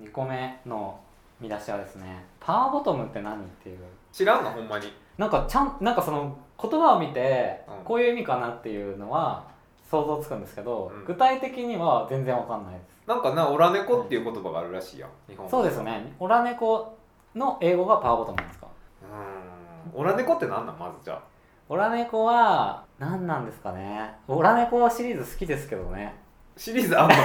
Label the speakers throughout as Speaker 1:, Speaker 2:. Speaker 1: 2個目の見出しはですね「パワーボトムって何?」っていう
Speaker 2: 違うのほんまに
Speaker 1: なんかちゃんなんかその言葉を見て
Speaker 2: うん
Speaker 1: こういう意味かなっていうのは想像つくんですけど、
Speaker 2: うん
Speaker 1: 具体的には全然わかんないです
Speaker 2: なんかなオラ猫っていう言葉があるらしいやん日本語
Speaker 1: そうですねオラ猫の英語がパワーボトムなんですか
Speaker 2: うんオラ猫ってなんなんまずじゃあ
Speaker 1: オラ猫は何なんですかねオラ猫シリーズ好きですけどね
Speaker 2: シリーズあんの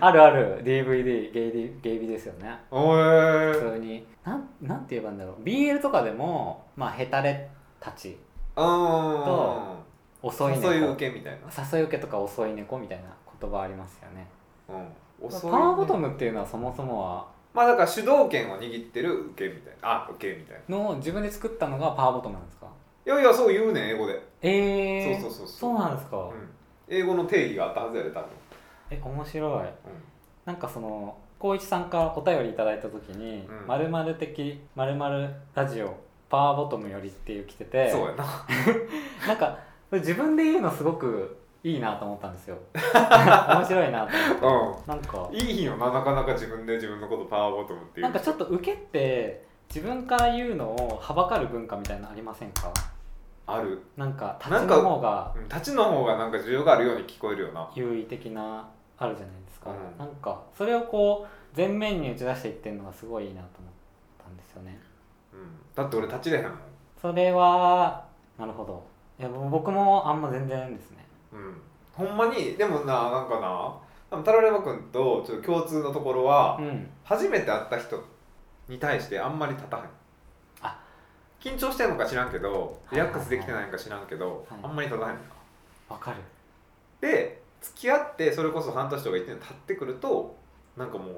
Speaker 1: あるある DVD ゲイリゲイビですよね
Speaker 2: お
Speaker 1: 普通
Speaker 2: え
Speaker 1: になんなんて言えばいいんだろう BL とかでもまあヘタレたち
Speaker 2: あ
Speaker 1: 遅い
Speaker 2: うん
Speaker 1: 猫
Speaker 2: そういう受けみたいな
Speaker 1: 誘い受けとか遅い猫みたいな言葉ありますよね
Speaker 2: うん
Speaker 1: パ
Speaker 2: 遅いね
Speaker 1: ワーボトムっていうのはそもそもは
Speaker 2: まあだから主導権を握ってる受けみたいなあ受けみたいな
Speaker 1: の自分で作ったのがパワーボトムなんですか
Speaker 2: いやいやそう言うねん英語で、
Speaker 1: ええー、
Speaker 2: そうそうそう
Speaker 1: そうなんですか、
Speaker 2: うん、英語の定義があったはずやで多分、
Speaker 1: え面白いなんかその光一さんからお便りいただいた時に
Speaker 2: うん
Speaker 1: 「まるまる的まるまるラジオパワーボトムより」っていう来てて
Speaker 2: そうやな
Speaker 1: なんか自分で言うのすごくいいなと思ったん ですよ面白いなと思って
Speaker 2: う
Speaker 1: なんか
Speaker 2: んいいよななかなか自分で自分のことパワーボトムっていう
Speaker 1: なんかちょっと受けって自分から言うのをはばかる文化みたいなのありませんか
Speaker 2: ある、
Speaker 1: なんか立
Speaker 2: な
Speaker 1: ち
Speaker 2: んか
Speaker 1: の方が
Speaker 2: うん、立ちの方がなんか需要があるように聞こえるよな
Speaker 1: 優位的なあるじゃないですか、
Speaker 2: うん
Speaker 1: なんかそれをこう前面に打ち出していってるのがすごいいいなと思ったんですよね
Speaker 2: うん、だって俺立ちれへんもん、
Speaker 1: それはなるほどいやもう僕もあんま全然ですね
Speaker 2: うん、ほんまにでもななんかな多分タラレバ君とちょっと共通のところは、
Speaker 1: うん
Speaker 2: 初めて会った人に対してあんまり立たへん
Speaker 1: あ
Speaker 2: 緊張してんのか知らんけど
Speaker 1: はい
Speaker 2: リ
Speaker 1: はいは
Speaker 2: ラ
Speaker 1: い
Speaker 2: ックスできてないんか知らんけど、
Speaker 1: はい
Speaker 2: あんまり立たへんな
Speaker 1: わかる
Speaker 2: で付き合ってそれこそ半年とか1年経ってくるとなんかもう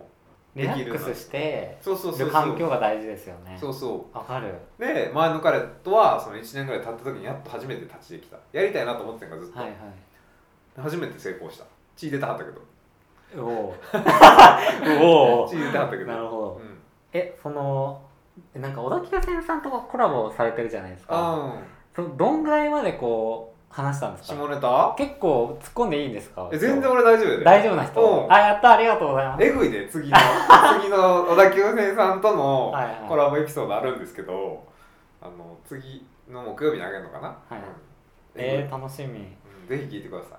Speaker 1: リラッ
Speaker 2: できる
Speaker 1: ク
Speaker 2: な
Speaker 1: スして
Speaker 2: そうそうそうそう
Speaker 1: 環境が大事ですよね
Speaker 2: そうそ
Speaker 1: わかる
Speaker 2: うで前の彼とはその1年ぐらい経った時にやっと初めて立ちできたやりたいなと思ってんからずっと、
Speaker 1: はいはい
Speaker 2: 初めて成功した血出たはったけど
Speaker 1: う おーうおー
Speaker 2: 血出たはったけど
Speaker 1: なるほど
Speaker 2: うん
Speaker 1: えそのえなんか小田急線さんとコラボされてるじゃないですか
Speaker 2: あ
Speaker 1: そのどんぐらいまでこう話したんで
Speaker 2: ー
Speaker 1: すか
Speaker 2: 下ネタ
Speaker 1: 結構突っ込んでいいんですか
Speaker 2: え全然俺大丈夫やで
Speaker 1: 大丈夫な人、
Speaker 2: うん
Speaker 1: あやったありがとうございます
Speaker 2: えぐいで次の次の小田急線さんとの
Speaker 1: はいはい
Speaker 2: コラボエピソードあるんですけどあの次の木曜日にあげるのかな、
Speaker 1: いはい
Speaker 2: うん
Speaker 1: え
Speaker 2: え
Speaker 1: ー、楽しみ
Speaker 2: ぐいうんぜひ聞いてくださ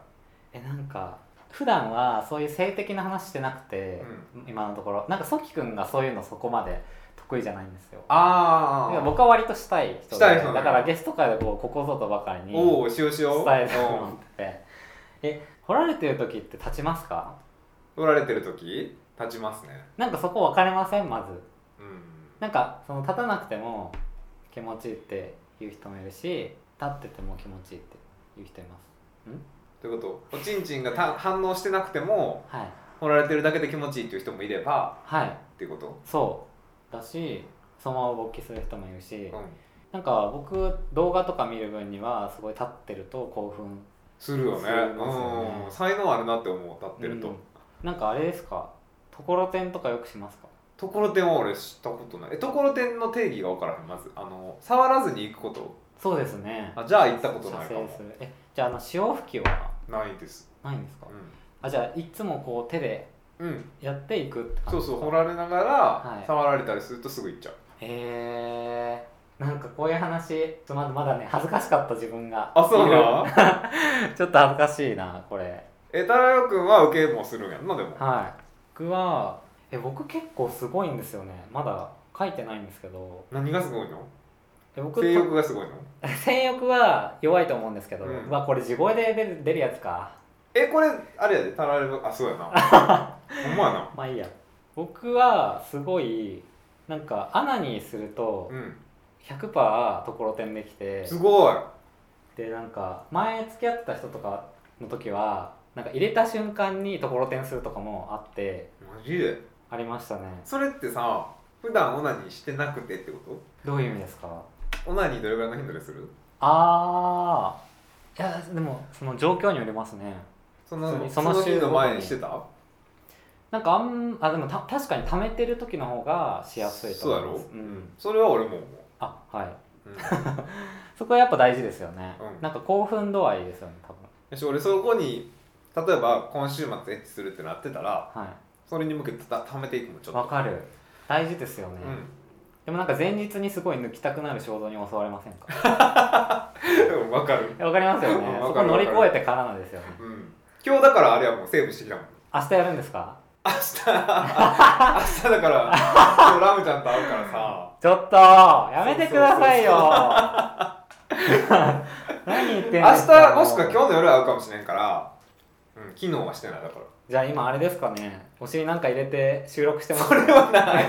Speaker 1: えなんか普段はそういう性的な話してなくて、今のところなんかソキ君がそういうのそこまで得意じゃないんですよだ
Speaker 2: あ
Speaker 1: から
Speaker 2: あ
Speaker 1: 僕は割としたい人で
Speaker 2: したい人な
Speaker 1: だ
Speaker 2: ん
Speaker 1: か
Speaker 2: や
Speaker 1: らゲスト会でこうここぞとばかりに
Speaker 2: お
Speaker 1: 伝
Speaker 2: おしようしよう
Speaker 1: えたいと思っててえ掘られてる時って立ちますか
Speaker 2: 取られてる時立ちますね
Speaker 1: なんかそこ分かれませんまず
Speaker 2: うん
Speaker 1: なんかその立たなくても気持ちいいって言う人もいるし立ってても気持ちいいって言う人います
Speaker 2: ということおちんちんがた反応してなくても
Speaker 1: はい
Speaker 2: 掘られてるだけで気持ちいいっていう人もいれば
Speaker 1: はい
Speaker 2: っていうこと
Speaker 1: そうだしそのまま勃起する人もいるし、
Speaker 2: うん
Speaker 1: なんか僕動画とか見る分にはすごい立ってると興奮
Speaker 2: するよね
Speaker 1: するんですよね
Speaker 2: うん才能あるなって思う立ってると、
Speaker 1: うんなんかあれですかところてんとかよくしますか
Speaker 2: ところてんは俺知ったことないえところてんの定義が分からへんまずあの触らずに行くこと
Speaker 1: そうですね
Speaker 2: あじゃあ行ったことない
Speaker 1: 射
Speaker 2: かも
Speaker 1: 精するえじゃああの潮吹きは
Speaker 2: ないです
Speaker 1: ないんですか、
Speaker 2: う
Speaker 1: あじゃあいつもこう手で
Speaker 2: ん、うん、
Speaker 1: やっていくって感じ
Speaker 2: そう
Speaker 1: ですか
Speaker 2: そう掘られなが
Speaker 1: は
Speaker 2: ら
Speaker 1: い
Speaker 2: 触られたりするとすぐ行っちゃう、
Speaker 1: へえなんかこういう話ちょまだまだね恥ずかしかった自分が
Speaker 2: あそうな
Speaker 1: ちょっと恥ずかしいなこれ
Speaker 2: えたらよくんは受けもするんやんなでも
Speaker 1: はい僕はえ僕結構すごいんですよねまだ書いてないんですけど
Speaker 2: 何がすごいの
Speaker 1: え僕
Speaker 2: 性欲がすごいの
Speaker 1: 性欲は弱いと思うんですけど、
Speaker 2: うん
Speaker 1: まあこれ地声で出る出るやつか
Speaker 2: えこれあれやでたられば あそうやなほんまやな
Speaker 1: まあいいや僕はすごいなんかアナにすると
Speaker 2: うん
Speaker 1: 100%ところてんできて
Speaker 2: すごい
Speaker 1: でなんか前付き合ってた人とかの時はなんか入れた瞬間にところてんするとかもあって
Speaker 2: マジで
Speaker 1: ありましたね
Speaker 2: それってさ普段オナニーしてなくてってこ
Speaker 1: どういう意味ですか
Speaker 2: とオナニーどれぐらいの頻度でする
Speaker 1: ああいやでもその状況によりますね
Speaker 2: そ
Speaker 1: そ
Speaker 2: の
Speaker 1: う
Speaker 2: そ
Speaker 1: その
Speaker 2: の日
Speaker 1: 週ご
Speaker 2: の
Speaker 1: とに
Speaker 2: 前にしてた
Speaker 1: なんかあんあでもた確かに溜めてる時の方がしやすいと
Speaker 2: そうや
Speaker 1: 思い
Speaker 2: ろ
Speaker 1: ますうん、
Speaker 2: それは俺も思う
Speaker 1: あはい
Speaker 2: うん
Speaker 1: そこはやっぱ大事ですよね、
Speaker 2: うん
Speaker 1: なんか興奮度合いですよね多分
Speaker 2: よし俺そこに例えば今週末エッチするってなってたら
Speaker 1: はい
Speaker 2: それに向けてた貯めていくもちょっと
Speaker 1: わかる大事ですよね、
Speaker 2: うん
Speaker 1: でもなんか前日にすごい抜きたくなる衝動に襲われませんか
Speaker 2: うん わかる
Speaker 1: わかりますよね
Speaker 2: うん
Speaker 1: そ
Speaker 2: わ
Speaker 1: こ
Speaker 2: かる
Speaker 1: 乗り越えてからなんですよね
Speaker 2: うん今日だからあれはもうセーブしてき たもん
Speaker 1: 明日やるんですか
Speaker 2: 明日明日だから今日ラムちゃんと会うか らさ
Speaker 1: ちょっとやめてくださいよ 何言って
Speaker 2: 明
Speaker 1: んの
Speaker 2: 日もしくは今日の夜会うかもしれんから、うん、昨日はしてないだから
Speaker 1: じゃあ今あれですかねお尻なんか入れて収録してます
Speaker 2: それはない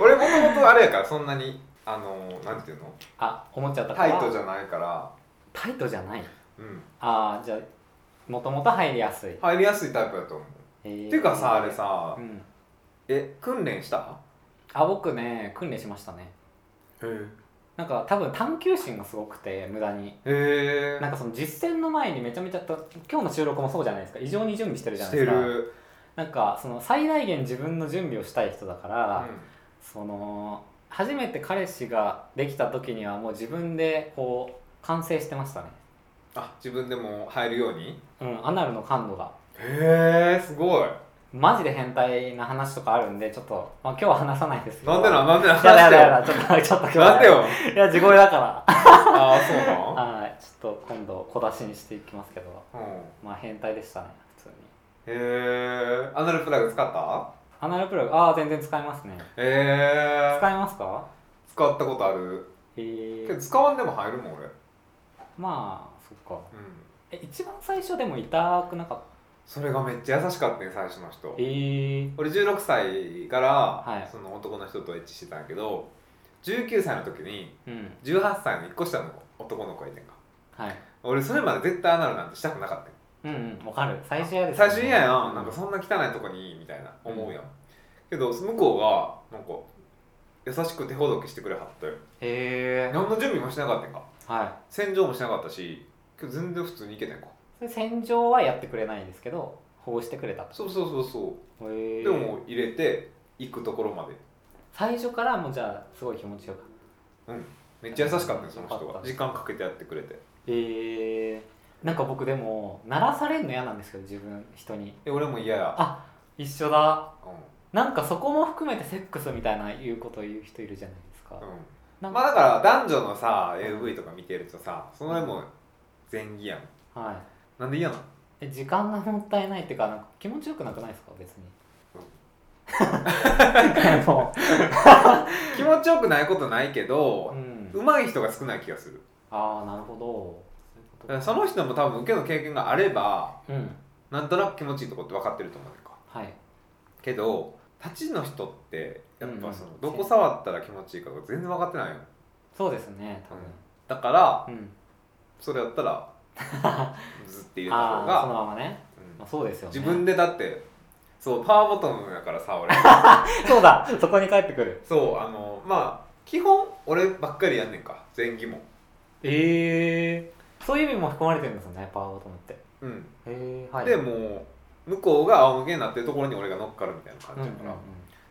Speaker 2: 俺もともとあれやからそんなにあのなんていうの
Speaker 1: あ思っちゃったか
Speaker 2: タ
Speaker 1: ら
Speaker 2: イトじゃないから
Speaker 1: タイトじゃない
Speaker 2: うん
Speaker 1: ああじゃあもともと入りやすい、
Speaker 2: 入りやすいタイプだと思う、
Speaker 1: えー
Speaker 2: っていうかさあれさ
Speaker 1: うん
Speaker 2: え訓練した
Speaker 1: あ僕ね訓練しましたね
Speaker 2: へ
Speaker 1: なんか多分探求心がすごくて無駄に
Speaker 2: え
Speaker 1: なんかその実践の前にめちゃめちゃと今日の収録もそうじゃないですか異常に準備してるじゃ
Speaker 2: し
Speaker 1: ないで
Speaker 2: て
Speaker 1: すか
Speaker 2: る、
Speaker 1: なんかその最大限自分の準備をしたい人だか
Speaker 2: う
Speaker 1: ら、
Speaker 2: ん
Speaker 1: その初めて彼氏ができた時にはもう自分でこう完成してましたね
Speaker 2: あ自分でも入るように
Speaker 1: うんアナルの感度が
Speaker 2: へえすごい
Speaker 1: マジで変態な話とかあるんでちょっと、まあ、今日は話さないですけど
Speaker 2: なんでなんなんでなん
Speaker 1: やだやだや
Speaker 2: な
Speaker 1: だちょっとちょっと今日 は
Speaker 2: んでよ
Speaker 1: いや地声だから
Speaker 2: ああそうな
Speaker 1: はいちょっと今度小出しにしていきますけど
Speaker 2: ん、うん、
Speaker 1: まあ変態でしたね普通に
Speaker 2: へえアナルプラグ使った
Speaker 1: アナルプラグああ全然使いますね
Speaker 2: へえ
Speaker 1: 使いますか
Speaker 2: 使ったことある
Speaker 1: え
Speaker 2: けど
Speaker 1: ー、
Speaker 2: 使わんでも入るもん俺うん
Speaker 1: まあそっかえ一番最初でも痛くなかった
Speaker 2: それがめっちゃ優しかったね最初の人
Speaker 1: えー、
Speaker 2: 俺16歳から、
Speaker 1: はい
Speaker 2: その男の人とエッチしてたんやけど19歳の時に
Speaker 1: うん
Speaker 2: 18歳の1個下の男の子がいてんか
Speaker 1: はい
Speaker 2: 俺それまで絶対アナルなんてしたくなかったよ
Speaker 1: うんうんわかる最初嫌です、
Speaker 2: 最初嫌やななんかそんな汚いとこにみたいな思うやん、けど向こうがなんか優しく手ほどきしてくれはったよ
Speaker 1: へえ
Speaker 2: 何の準備もしなかったんか
Speaker 1: はい
Speaker 2: 洗浄もしなかったしけど全然普通にいけてんか
Speaker 1: それ洗浄はやってくれないんですけど保護してくれたと
Speaker 2: そうそうそうそ
Speaker 1: へ
Speaker 2: う
Speaker 1: え
Speaker 2: でももう入れて行くところまで
Speaker 1: 最初からもうじゃあすごい気持ちよかっ
Speaker 2: めっちゃ優しかったよそ
Speaker 1: よ
Speaker 2: の人
Speaker 1: か
Speaker 2: が
Speaker 1: った
Speaker 2: 時間かけてやってくれて
Speaker 1: たへえなんか僕でも鳴らされんの嫌なんですけど自分人に
Speaker 2: え俺も嫌や
Speaker 1: あ一緒だ
Speaker 2: う
Speaker 1: なんかそこも含めてセックスみたいな言うこと言う人いるじゃないですか、
Speaker 2: ん、うん
Speaker 1: なん
Speaker 2: ま
Speaker 1: か
Speaker 2: あだから男女のさ AV とか見てるとさその辺も前儀やん
Speaker 1: はい
Speaker 2: なんで嫌なの
Speaker 1: え時間がもったいないっていうかなんか気持ちよくなくないですか別に
Speaker 2: うん
Speaker 1: も
Speaker 2: 気持ちよくないことないけ
Speaker 1: う、う
Speaker 2: ど
Speaker 1: ん、
Speaker 2: 上手い人が少ない気がする
Speaker 1: ああなるほどそういうこと
Speaker 2: だから
Speaker 1: か
Speaker 2: その人も多分受けの経験があれば
Speaker 1: うん
Speaker 2: なんとなく気持ちいいとこって分かってると思うねんか
Speaker 1: はい
Speaker 2: けど立ちの人ってやっぱその、
Speaker 1: うん
Speaker 2: どこ触ったら気持ちいいかが全然分かってないよ
Speaker 1: そうですね多
Speaker 2: だから
Speaker 1: 分、うん
Speaker 2: それやっ たらずって入れた方
Speaker 1: ああそ
Speaker 2: が、
Speaker 1: のままね、
Speaker 2: うん
Speaker 1: まあ、そうですよね
Speaker 2: 自分でだってそうパワーボトムやから さ俺
Speaker 1: そうだそこに帰ってく る
Speaker 2: そうあのまあ基本俺ばっかりやんねんか前儀も
Speaker 1: ええそういう意味も含まれてるんですよねパワーボトムってへ
Speaker 2: うん、
Speaker 1: えはい
Speaker 2: でもう向こうが仰向けになってるところに俺が乗っかるみたい
Speaker 1: う
Speaker 2: な
Speaker 1: ん
Speaker 2: 感
Speaker 1: う
Speaker 2: じ
Speaker 1: んう
Speaker 2: だ
Speaker 1: ん
Speaker 2: から、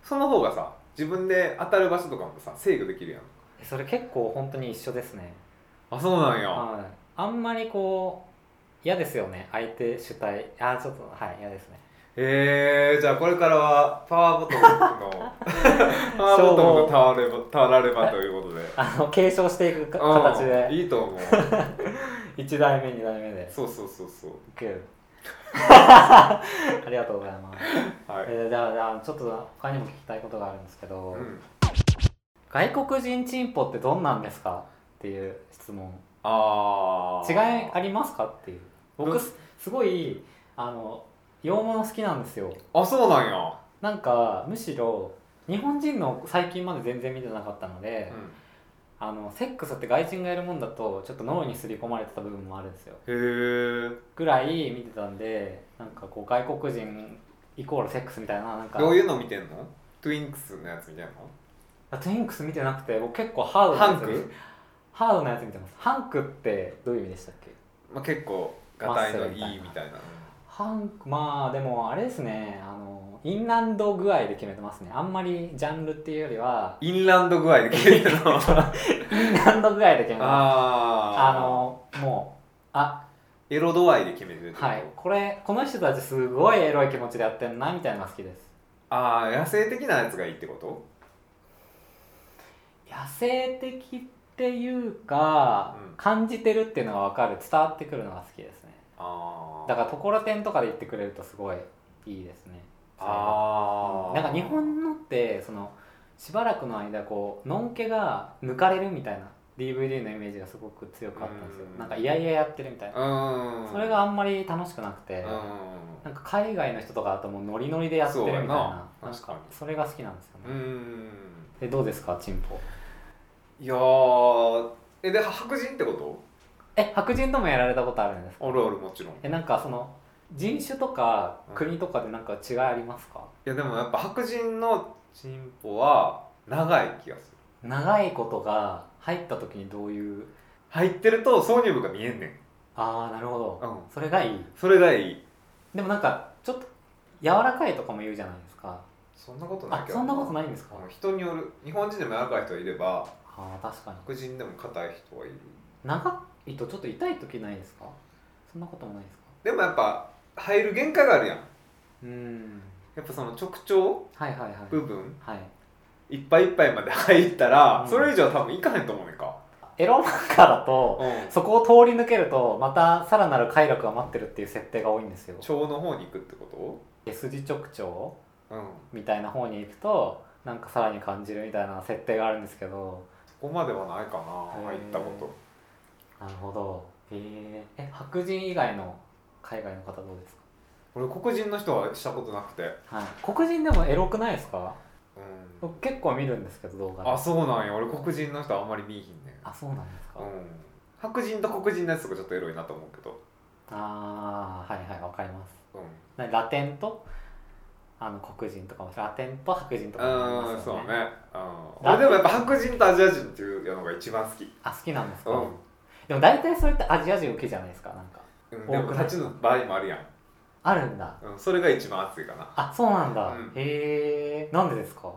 Speaker 2: その方がさ自分で当たる場所とかもさ制御できるやん
Speaker 1: えそれ結構本当に一緒ですね
Speaker 2: あそうなんや
Speaker 1: はい、あんまりこう嫌ですよね相手主体あーちょっとはい嫌ですね
Speaker 2: へえじゃあこれからはパワー ボトムのパワーボトムがたわればたわらればとい うことで
Speaker 1: あの継承していくか
Speaker 2: うん
Speaker 1: 形で
Speaker 2: いいと思う
Speaker 1: 1代目2代目で
Speaker 2: そうそうそうそう
Speaker 1: いける ありがとうございます、
Speaker 2: はい、
Speaker 1: えー、じゃあじゃあちょっと他にも聞きたいことがあるんですけど、
Speaker 2: うん、
Speaker 1: 外国人チンポってどんなんですかっていう質問
Speaker 2: ああ
Speaker 1: 違いありますかっていう僕すすごいあの洋物好きなんですよ
Speaker 2: あそうなんや、
Speaker 1: なんかむしろ日本人の最近まで全然見てなかったので、あのセックスって外人がやるもんだとちょっと脳に刷り込まれてた部分もあるんですよ
Speaker 2: うん、へえ
Speaker 1: ぐらい見てたんでなんかこう外国人イコールセックスみたいななんか
Speaker 2: どういうの見てんのトゥインクスのやつみたいなの
Speaker 1: あトゥインクス見てなくて僕結構ハードな
Speaker 2: ハ
Speaker 1: や
Speaker 2: ン
Speaker 1: つ
Speaker 2: ク、
Speaker 1: ハードなやつ見てますハンクってどういう意味でしたっけ
Speaker 2: まあ、結構がたいのいいみたいな
Speaker 1: ハンクまあでもあれですねあのインランド具合で決めてますねあんまりジャンルっていうよりは
Speaker 2: インランド具合で聞いてるの
Speaker 1: インランド具合で決めてますあ
Speaker 2: ああ
Speaker 1: のもうあ
Speaker 2: エロ度合いで決めてるってこと
Speaker 1: はい、これこの人たちすごいエロい気持ちでやってんなみたいなのが好きです
Speaker 2: ああ野生的なやつがいいってこと
Speaker 1: 野生的っていうか、
Speaker 2: うん
Speaker 1: 感じてるっていうのが分かる伝わってくるのが好きですね
Speaker 2: ああ
Speaker 1: だからところてんとかで言ってくれるとすごいいいですね
Speaker 2: ああ
Speaker 1: なんか日本のってそのしばらくの間こうのんけが抜かれるみたいな DVD のイメージがすごく強くあったんですよ
Speaker 2: うん
Speaker 1: なんかいやいややってるみたいな
Speaker 2: うん
Speaker 1: それがあんまり楽しくなくて
Speaker 2: う
Speaker 1: なんか海外の人とかだともうノリノリでやってるみたい
Speaker 2: そうや
Speaker 1: な
Speaker 2: な
Speaker 1: なん
Speaker 2: 確か
Speaker 1: か
Speaker 2: に
Speaker 1: それが好きなんですよね、
Speaker 2: んうん
Speaker 1: でどうですかチンポ
Speaker 2: いやーえで白人ってこ
Speaker 1: え白人ともやられたことあるんですか
Speaker 2: とあるあるもちろんい
Speaker 1: えなんかその人種とか
Speaker 2: うん
Speaker 1: 国とかでなんか違いありますか、
Speaker 2: やでもやっぱ白人のチンポは長い気がする
Speaker 1: 長いことが入った時にどういう
Speaker 2: 入ってると挿入部が見えんねん
Speaker 1: ああなるほど、
Speaker 2: うん
Speaker 1: それがいい
Speaker 2: それがいい
Speaker 1: でもなんかちょっと柔らかいとかも言うじゃないですか
Speaker 2: そんなことない
Speaker 1: あ
Speaker 2: けど
Speaker 1: そんなことないんですか
Speaker 2: うん人による日本人でも柔らかい人はいれば
Speaker 1: ああ確かに
Speaker 2: 白人でも硬い人はいる
Speaker 1: 長いとちょっと痛い時ないですかそんなこともないですか
Speaker 2: でもやっぱ入る限界があるやん
Speaker 1: うーん
Speaker 2: やっぱその直腸
Speaker 1: はいはいはい
Speaker 2: 部分
Speaker 1: はい
Speaker 2: いっぱいいっぱいまで入ったら、
Speaker 1: うん
Speaker 2: それ以上は多分いかへんと思うねんか、
Speaker 1: エロ漫画だと
Speaker 2: うん
Speaker 1: そこを通り抜けるとまたさらなる快楽が待ってるっていう設定が多いんですよ
Speaker 2: 腸の方に行くってこ
Speaker 1: S 字直腸
Speaker 2: とうん
Speaker 1: みたいな方に行くとなんかさらに感じるみたいな設定があるんですけど
Speaker 2: そこまではないか
Speaker 1: へー
Speaker 2: な入ったこ
Speaker 1: なるほどへええ白人以外の海外の方どうです
Speaker 2: と俺黒人の人はしたことなくて、
Speaker 1: か、はい、黒人でもエロくないですか
Speaker 2: うん
Speaker 1: 僕結構見るんですけど動画で
Speaker 2: あそうなんや俺黒人の人はあんまり見えひんねん、
Speaker 1: あそうなんですか、
Speaker 2: う
Speaker 1: あ
Speaker 2: ん、白人と黒人のやつとかちょっとエロいなと思うけど、
Speaker 1: あーはいはいわかります
Speaker 2: うん、
Speaker 1: なラテンとあの黒人とかもラテンと白人と
Speaker 2: う
Speaker 1: かもあり
Speaker 2: ー
Speaker 1: ま
Speaker 2: ん
Speaker 1: す
Speaker 2: そう
Speaker 1: よ
Speaker 2: ね
Speaker 1: ね、
Speaker 2: うん、俺でもやっぱ白人とアジア人っていうのが一番好き
Speaker 1: あ好きなんですか、
Speaker 2: うん
Speaker 1: でも大体それってアジア人受けじゃないですかなんか
Speaker 2: うん、で
Speaker 1: 多
Speaker 2: も
Speaker 1: くない
Speaker 2: 立ちの場合もあるやん、
Speaker 1: あるんだ
Speaker 2: うん、それが一番熱いかな
Speaker 1: あそうなんだ、
Speaker 2: うん
Speaker 1: へえんでですか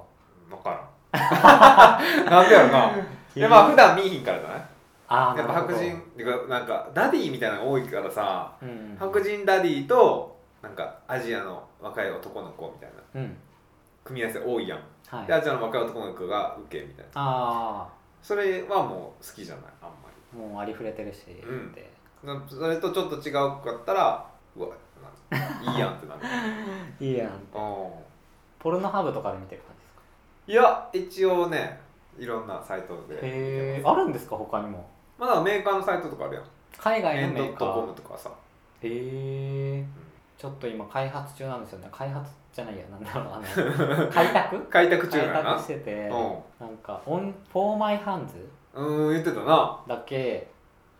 Speaker 2: 分からん なんで やろなでまあ普段見えひんからじゃない
Speaker 1: あー
Speaker 2: やっぱ
Speaker 1: なるほ
Speaker 2: 白
Speaker 1: ど
Speaker 2: 人っていうかなんかダディみたいなのが多いからさ
Speaker 1: うん
Speaker 2: 白人ダディとなんかアジアの若い男の子みたいな
Speaker 1: うん
Speaker 2: 組み合わせ多いやん
Speaker 1: はい
Speaker 2: でアジアの若い男の子が受けみたいな
Speaker 1: あ
Speaker 2: それはもう好きじゃないあんまり
Speaker 1: あもうありふれてるし、
Speaker 2: うん
Speaker 1: って
Speaker 2: なそれとちょっと違うかったらうわなんいいやんってな る
Speaker 1: いいやん
Speaker 2: うん
Speaker 1: ポルノハブとかで見てる感じですか
Speaker 2: いや一応ねいろんなサイトで見
Speaker 1: へ
Speaker 2: て
Speaker 1: え
Speaker 2: ます
Speaker 1: あるんですか他にも
Speaker 2: まだメーカーのサイトとかあるやん
Speaker 1: 海外のメ
Speaker 2: ド
Speaker 1: ー
Speaker 2: ッ
Speaker 1: カ
Speaker 2: トコム
Speaker 1: ー
Speaker 2: とかさ
Speaker 1: へえ
Speaker 2: う
Speaker 1: ちょっと今開発中なんですよね開発じゃないやなんだろうあ の開拓
Speaker 2: ん開拓中
Speaker 1: 開
Speaker 2: なんや
Speaker 1: 拓
Speaker 2: な
Speaker 1: してて
Speaker 2: う
Speaker 1: な
Speaker 2: ん
Speaker 1: んかオン「フォーマイハンズ
Speaker 2: うーん言ってたな」
Speaker 1: だけ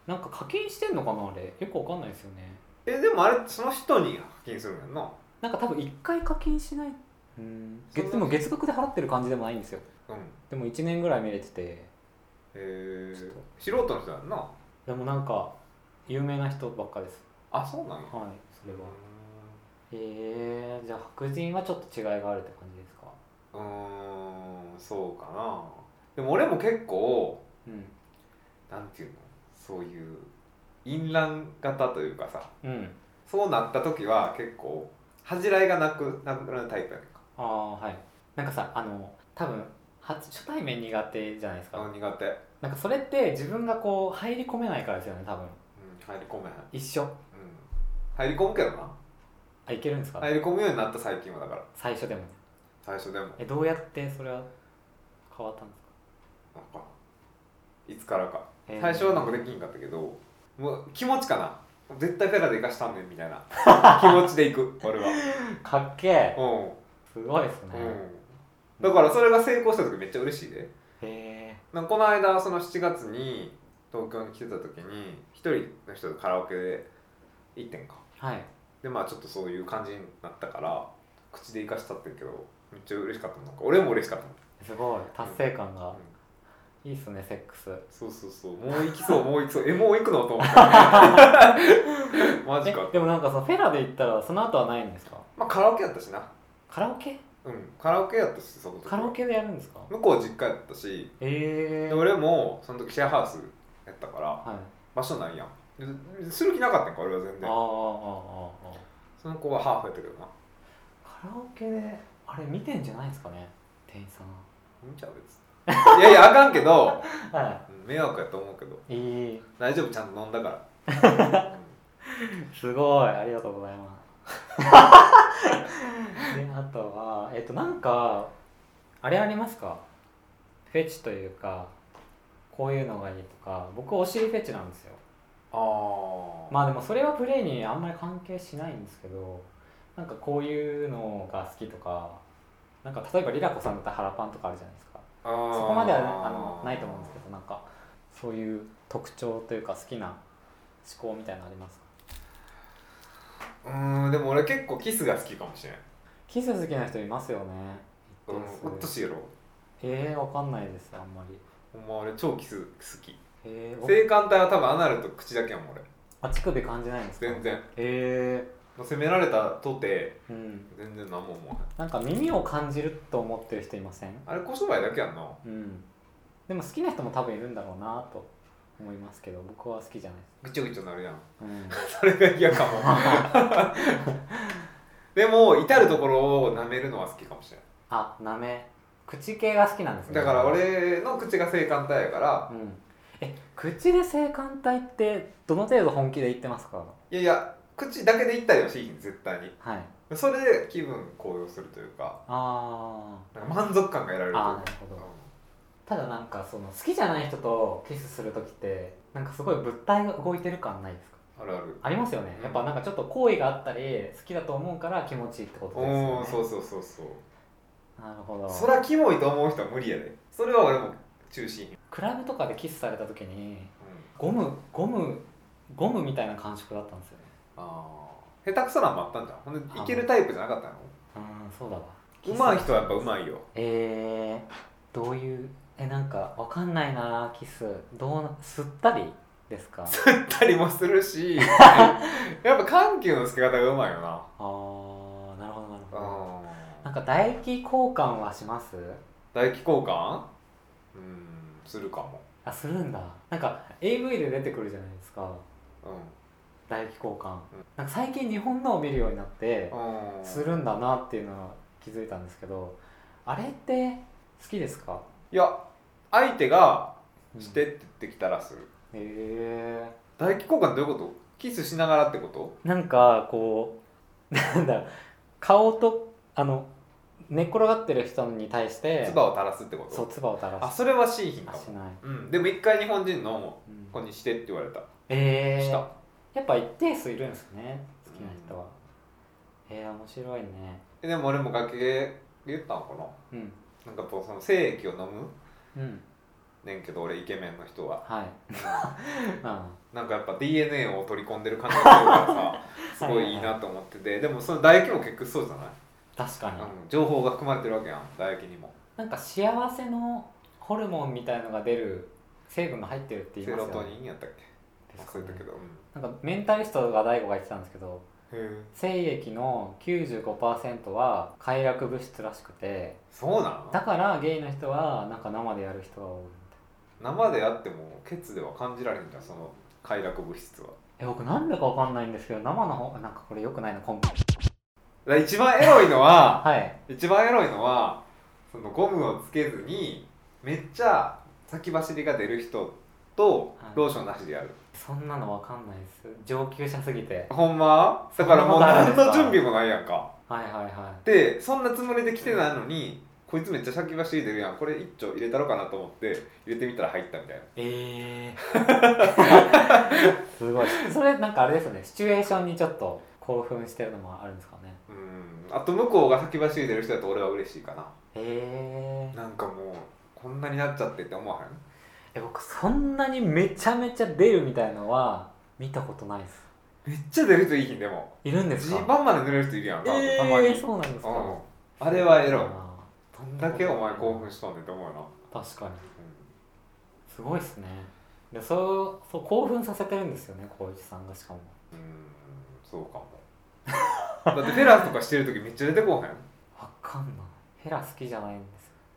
Speaker 1: なんか課金してんのかなあれよくわかんないですよね
Speaker 2: えでもあれその人に課金するんやんな
Speaker 1: なんか多分一回課金しないうん
Speaker 2: そんな
Speaker 1: 月でも月額で払ってる感じでもないんですよ
Speaker 2: うん
Speaker 1: でも1年ぐらい見れてて
Speaker 2: へ
Speaker 1: ちょっ
Speaker 2: え素人の人やんな
Speaker 1: でもなんか有名な人ばっかです
Speaker 2: あそうなん
Speaker 1: は
Speaker 2: や
Speaker 1: いそれはへえじゃあ白人はちょっと違いがあるって感じですか
Speaker 2: うーんそうかなでも俺も結構
Speaker 1: うん
Speaker 2: なんていうのそういう淫乱型というかさ
Speaker 1: うん
Speaker 2: そうなった時は結構恥じらいがなくなくなるタイプやねんか
Speaker 1: ああはいなんかさあの多分初初対面苦手じゃないです
Speaker 2: あの
Speaker 1: か
Speaker 2: 苦手、うん、
Speaker 1: なんかそれって自分がこう入り込めないからですよね多分
Speaker 2: 入り込めへん、うん、
Speaker 1: 一緒
Speaker 2: 入り込むけどな
Speaker 1: あいけるんですか、
Speaker 2: 入り込むようになった最近はだから
Speaker 1: 最初でも
Speaker 2: 最初でも
Speaker 1: えどうやってそれは変わったんですか
Speaker 2: なんかいつからか
Speaker 1: へー
Speaker 2: 最初はなんかできんかったけどもう気持ちかな絶対フェラで生かしたんねんみたいな 気持ちでいく俺は
Speaker 1: かっけえ
Speaker 2: う
Speaker 1: すごいですね
Speaker 2: ん、うん、だからそれが成功した時めっちゃ嬉しいで
Speaker 1: へえ
Speaker 2: なんかこの間その7月に東京に来てた時に一人の人とカラオケで行ってんか
Speaker 1: はい
Speaker 2: でまあちょっとそういう感じになったから口で生かしたってんけどめっちゃ嬉しかったもんなんか俺も嬉しかったもん
Speaker 1: すごい達成感が、
Speaker 2: うん
Speaker 1: いいっすねセックス
Speaker 2: そうそうそうもう行きそうもう行きそうえもう行くのと思 ってマジか
Speaker 1: えでもなんかさフェラで行ったらその後はないんですか
Speaker 2: まあカラオケやったしな
Speaker 1: カラオケ
Speaker 2: うんカラオケやったしその時
Speaker 1: カラオケでやるんですか
Speaker 2: 向こう実家やったし
Speaker 1: え
Speaker 2: で
Speaker 1: え
Speaker 2: 俺もその時シェアハウスやったから
Speaker 1: はい
Speaker 2: 場所ないやんでする気なかったんか俺は全
Speaker 1: あああ
Speaker 2: 然
Speaker 1: ああああ
Speaker 2: その子はハーフやったけどな
Speaker 1: あカラオケであれ見てんじゃないですかね店員さん
Speaker 2: 見ちゃう別に いやいやあかんけど
Speaker 1: は
Speaker 2: うん迷惑やと思うけど
Speaker 1: いいい
Speaker 2: 大丈夫ちゃんと飲んだ からうん
Speaker 1: すごいありがとうございます であとはえっとなんかあれありますかフェチというかこういうのがいいとか僕お尻フェチなんですよ
Speaker 2: あ
Speaker 1: まあでもそれはプレイにあんまり関係しないんですけどなんかこういうのが好きとかなんか例えばリラコさんだったら腹パンとかあるじゃないですか
Speaker 2: あー
Speaker 1: そこまではねあのないと思うんですけどなんかそういう特徴というか好きな思考みたいなのありますか
Speaker 2: うーんでも俺結構キスが好きかもしれない
Speaker 1: キス好きな人いますよね一
Speaker 2: うん
Speaker 1: 定数
Speaker 2: うっとしやろ
Speaker 1: えー、わかんないですあんまり
Speaker 2: ほんま俺超キス好き
Speaker 1: えー、
Speaker 2: 性感帯は多分アナルと口だけやもん俺
Speaker 1: あ乳首感じないんですか
Speaker 2: 全然
Speaker 1: え
Speaker 2: 責められたとて
Speaker 1: ー、うん
Speaker 2: 全然何も思わ
Speaker 1: なんか耳を感じると思ってる人いません
Speaker 2: ないあれ小商売だけやんな
Speaker 1: うんでも好きな人も多分いるんだろうなと思いますけど僕は好きじゃない
Speaker 2: ぐちょぐちょなるやん
Speaker 1: です、
Speaker 2: それが嫌か もでも至る所を舐めるのは好きかもしれな
Speaker 1: あなめ口系が好きなんです
Speaker 2: い
Speaker 1: ね
Speaker 2: だから俺の口が性感帯やから
Speaker 1: うんえ口で性感帯ってどの程度本気で言ってますか
Speaker 2: いやいや口だけで言ったりはしひん絶対に
Speaker 1: はい
Speaker 2: それで気分高揚するというか
Speaker 1: あー
Speaker 2: なんか満足感が得られるという
Speaker 1: あー
Speaker 2: か
Speaker 1: なるほどただなんかその好きじゃない人とキスする時ってなんかすごい物体が動いてる感ないですか
Speaker 2: うんあるある
Speaker 1: ありますよねやっぱなんかちょっと好意があったり好きだと思うから気持ちいいってことですよね
Speaker 2: おおーそうそうそうそう
Speaker 1: なるほど
Speaker 2: そりゃキモいと思う人は無理やでそれは俺も中心、うん、
Speaker 1: クラブとかでキスされた時にゴムゴムゴムみたいな感触だったんですよね
Speaker 2: あー下手くそなんもあったんじゃんほんでいけるタイプじゃなかったの
Speaker 1: うんそうだわ
Speaker 2: 上手い人はやっぱ上手 いよ
Speaker 1: えー、どういうえなんかわかんないなキスどうな吸ったりですか あ
Speaker 2: やったりもするしやっぱ緩急のつけ方が上手いよな
Speaker 1: あーなるほどなるほど
Speaker 2: あ
Speaker 1: なんか唾液交換はします
Speaker 2: 唾液交換うんするかも
Speaker 1: あするんだなんか AV で出てくるじゃないですか
Speaker 2: う
Speaker 1: 唾液交換、
Speaker 2: うん
Speaker 1: なんか最近日本のを見るようになって
Speaker 2: んうん
Speaker 1: するんだなっていうのは気づいたんですけどあれって好きですか
Speaker 2: いや相手が
Speaker 1: うん
Speaker 2: してって言ってきたらする、
Speaker 1: へえ
Speaker 2: 唾液交換どういうことキスしながらってこと
Speaker 1: なんかこう なんだろう顔とあの寝っ転がってる人に対して
Speaker 2: 唾を垂らすってこと
Speaker 1: そう唾を垂
Speaker 2: あ
Speaker 1: らす
Speaker 2: それはシーヒンか
Speaker 1: あ
Speaker 2: も
Speaker 1: しない、
Speaker 2: うん、でも一回日本人の
Speaker 1: うん
Speaker 2: 子にしてって言われた、
Speaker 1: え
Speaker 2: し
Speaker 1: ー、
Speaker 2: た
Speaker 1: やっぱ一定数いるんですね好きな人は、えー、面白いね
Speaker 2: えでも俺も楽器で言ったのかな
Speaker 1: うん
Speaker 2: なんかこうその精液を飲む
Speaker 1: うん
Speaker 2: ねんけど俺イケメンの人は
Speaker 1: はい うん
Speaker 2: なんかやっぱ DNA を取り込んでる感じがするから さすごいいいなと思っててでもその唾液も結局そうじゃない、
Speaker 1: 確かに、
Speaker 2: うん、情報が含まれてるわけやん唾液にも
Speaker 1: なんか幸せのホルモンみたいのが出る成分が入ってるって言い
Speaker 2: セ
Speaker 1: ます
Speaker 2: ロ
Speaker 1: よね
Speaker 2: トニンやったっけ
Speaker 1: です
Speaker 2: 忘
Speaker 1: よ
Speaker 2: れ
Speaker 1: ね
Speaker 2: たけど、うん、へ
Speaker 1: なんかメンタリストが大悟が言ってたんですけど
Speaker 2: え
Speaker 1: 精液の95%は快楽物質らしくて
Speaker 2: そうなの
Speaker 1: だからゲイの人はなんか生でやる人が多いみたい
Speaker 2: 生であってもケツでは感じられへんじゃんその快楽物質は
Speaker 1: え僕なんでかわかんないんですけど生の方なんかこれよくないな今回
Speaker 2: だから一番エロい のは
Speaker 1: はい
Speaker 2: 一番エロいのはそのゴムをつけずにめっちゃ先走りが出る人と
Speaker 1: はい
Speaker 2: ローションなしでやる、
Speaker 1: そんなのわかんないです上級者すぎて
Speaker 2: ほんまだからもう
Speaker 1: そんなことあるんですか
Speaker 2: 何の準備もないやんか
Speaker 1: はいはいは
Speaker 2: でそんなつもりで来てないのにこいつめっちゃ先走り出るやんこれ一丁入れたろかなと思って入れてみたら入ったみたいない
Speaker 1: ええ すごいそれなんかあれですよねシチュエーションにちょっと興奮してるのもあるんですかね
Speaker 2: うんあと向こうが先走り出る人だと俺は嬉しいかな
Speaker 1: えー、
Speaker 2: なんかもうこんなになっちゃってって思わへん
Speaker 1: え僕そんなにめちゃめちゃ出るみたいのは見たことないです
Speaker 2: めっちゃ出る人いいひんでも
Speaker 1: いるんです
Speaker 2: ジ
Speaker 1: か
Speaker 2: ーパンまで濡れる人いるやんか、
Speaker 1: え
Speaker 2: たまに
Speaker 1: ー、そうなんですか、
Speaker 2: うんあれはエロい
Speaker 1: あ
Speaker 2: どんだけお前興奮しとんねんって思うよな、
Speaker 1: ー確かにすごいですねでそうそう興奮させてるんですよね浩一さんがしかも
Speaker 2: うん、そうか もだってフェラーとかしてる時めっちゃ出てこうへん
Speaker 1: わかんないヘラ好きじゃないんで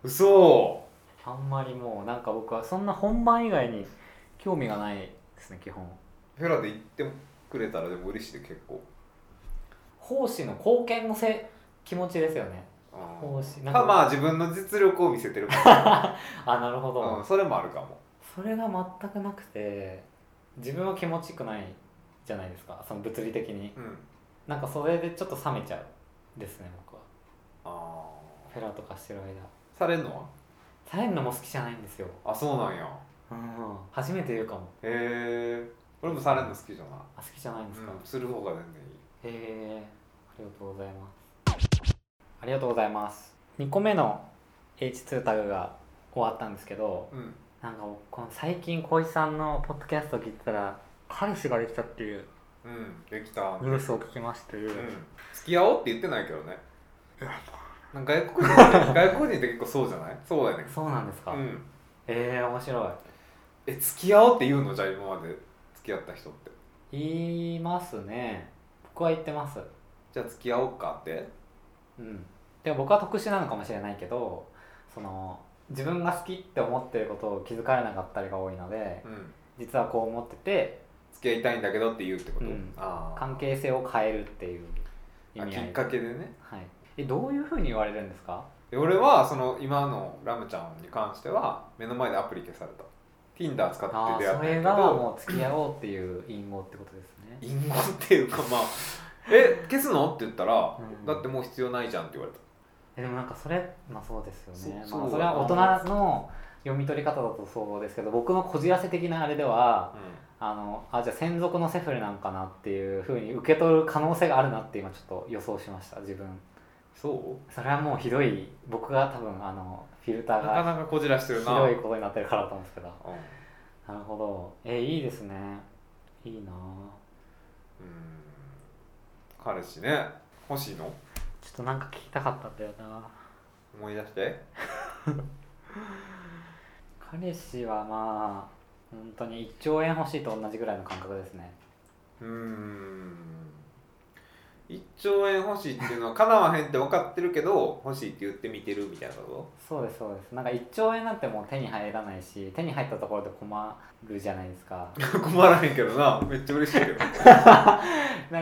Speaker 1: す
Speaker 2: 嘘
Speaker 1: あんまりもうなんか僕はそんな本番以外に興味がないですね基本
Speaker 2: フェラーで言ってくれたらでも嬉しいで結構
Speaker 1: 奉仕の貢献のせ気持ちですよね奉仕なんか
Speaker 2: かまあ自分の実力を見せてるか
Speaker 1: あなるほど、
Speaker 2: ら、うん、それもあるかも
Speaker 1: それが全くなくて自分は気持ちよくないじゃないですかその物理的に
Speaker 2: うん
Speaker 1: なんかそれでちょっと冷めちゃうですね僕は
Speaker 2: あ
Speaker 1: フェラとかしてる間
Speaker 2: ーされんのは
Speaker 1: 耐えるのも好きじゃないんですよ、
Speaker 2: あそうなんや
Speaker 1: うん、初めて言うかも
Speaker 2: へえ俺もされんの好きじゃない
Speaker 1: あ好きじゃないんですか、
Speaker 2: うん、する方が全然いい
Speaker 1: へえありがとうございますありがとうございます2個目の H2 タグが終わったんですけど
Speaker 2: うん
Speaker 1: なんか僕この最近浩一さんのポッドキャストを聞いてたら彼氏ができたっていう
Speaker 2: うんできた、
Speaker 1: ニュースを聞きまして、
Speaker 2: うん、付き合おうって言ってないけどねなんか外国人 って外国人って結構そうじゃないそうだよね
Speaker 1: そうなんですか、
Speaker 2: うん
Speaker 1: ええ面白
Speaker 2: え付き合おうって言うのじゃあ今まで付き合った人って
Speaker 1: い言いますね僕は言ってます
Speaker 2: じゃあ付き合おうかって
Speaker 1: うんでも僕は特殊なのかもしれないけどその自分が好きって思ってることを気づかれなかったりが多いので
Speaker 2: うん
Speaker 1: 実はこう思ってて
Speaker 2: 付き合いたいんだけどって言うってこと、
Speaker 1: うん
Speaker 2: あー
Speaker 1: 関係性を変えるっていう意
Speaker 2: あ
Speaker 1: 味
Speaker 2: き
Speaker 1: 合い
Speaker 2: っかけでね
Speaker 1: はいえどういうふうに言われるんですか
Speaker 2: で俺はその今のラムちゃんに関しては目の前でアプリ消された Tinder 使
Speaker 1: あ
Speaker 2: って出
Speaker 1: ー
Speaker 2: 会っ
Speaker 1: そ
Speaker 2: たんや
Speaker 1: れ
Speaker 2: け
Speaker 1: が
Speaker 2: ど
Speaker 1: もう付き合おうっていう隠語ってことですね
Speaker 2: 隠語っていうかまあ 「え消すの?」って言ったら、
Speaker 1: うん
Speaker 2: だってもう必要ないじゃん」って言われた
Speaker 1: えでもなんかそれまあそうですよね
Speaker 2: そ
Speaker 1: ま
Speaker 2: そう
Speaker 1: あ、それは大人の読み取り方だとそうですけど僕のこじらせ的なあれではあのあじゃあ専属のセフレなんかなっていうふうに受け取る可能性があるなって今ちょっと予想しました自分
Speaker 2: そ
Speaker 1: それはもうひどい僕が多分あのフィルタ
Speaker 2: う
Speaker 1: ー
Speaker 2: なか
Speaker 1: が
Speaker 2: なかこじらしてる
Speaker 1: ひ
Speaker 2: な
Speaker 1: どいことになってるからだと思うんですけど
Speaker 2: うんうん
Speaker 1: なるほどえいいですねいいなあ
Speaker 2: 彼氏ね欲しいの
Speaker 1: ちょっとなんか聞きたかったんだよな
Speaker 2: 思い出して
Speaker 1: 彼氏はまあ本当に1兆円欲しいと同じぐらいの感覚ですね
Speaker 2: うーん1兆円欲しいっていうのは叶わへんって分かってるけど欲しいって言ってみてるみたいなこ
Speaker 1: そうですそうですなんか1兆円なんてもう手に入らないし手に入ったところで困るじゃないですか
Speaker 2: と 困らへんけどなめっちゃ嬉しいけ ど
Speaker 1: なん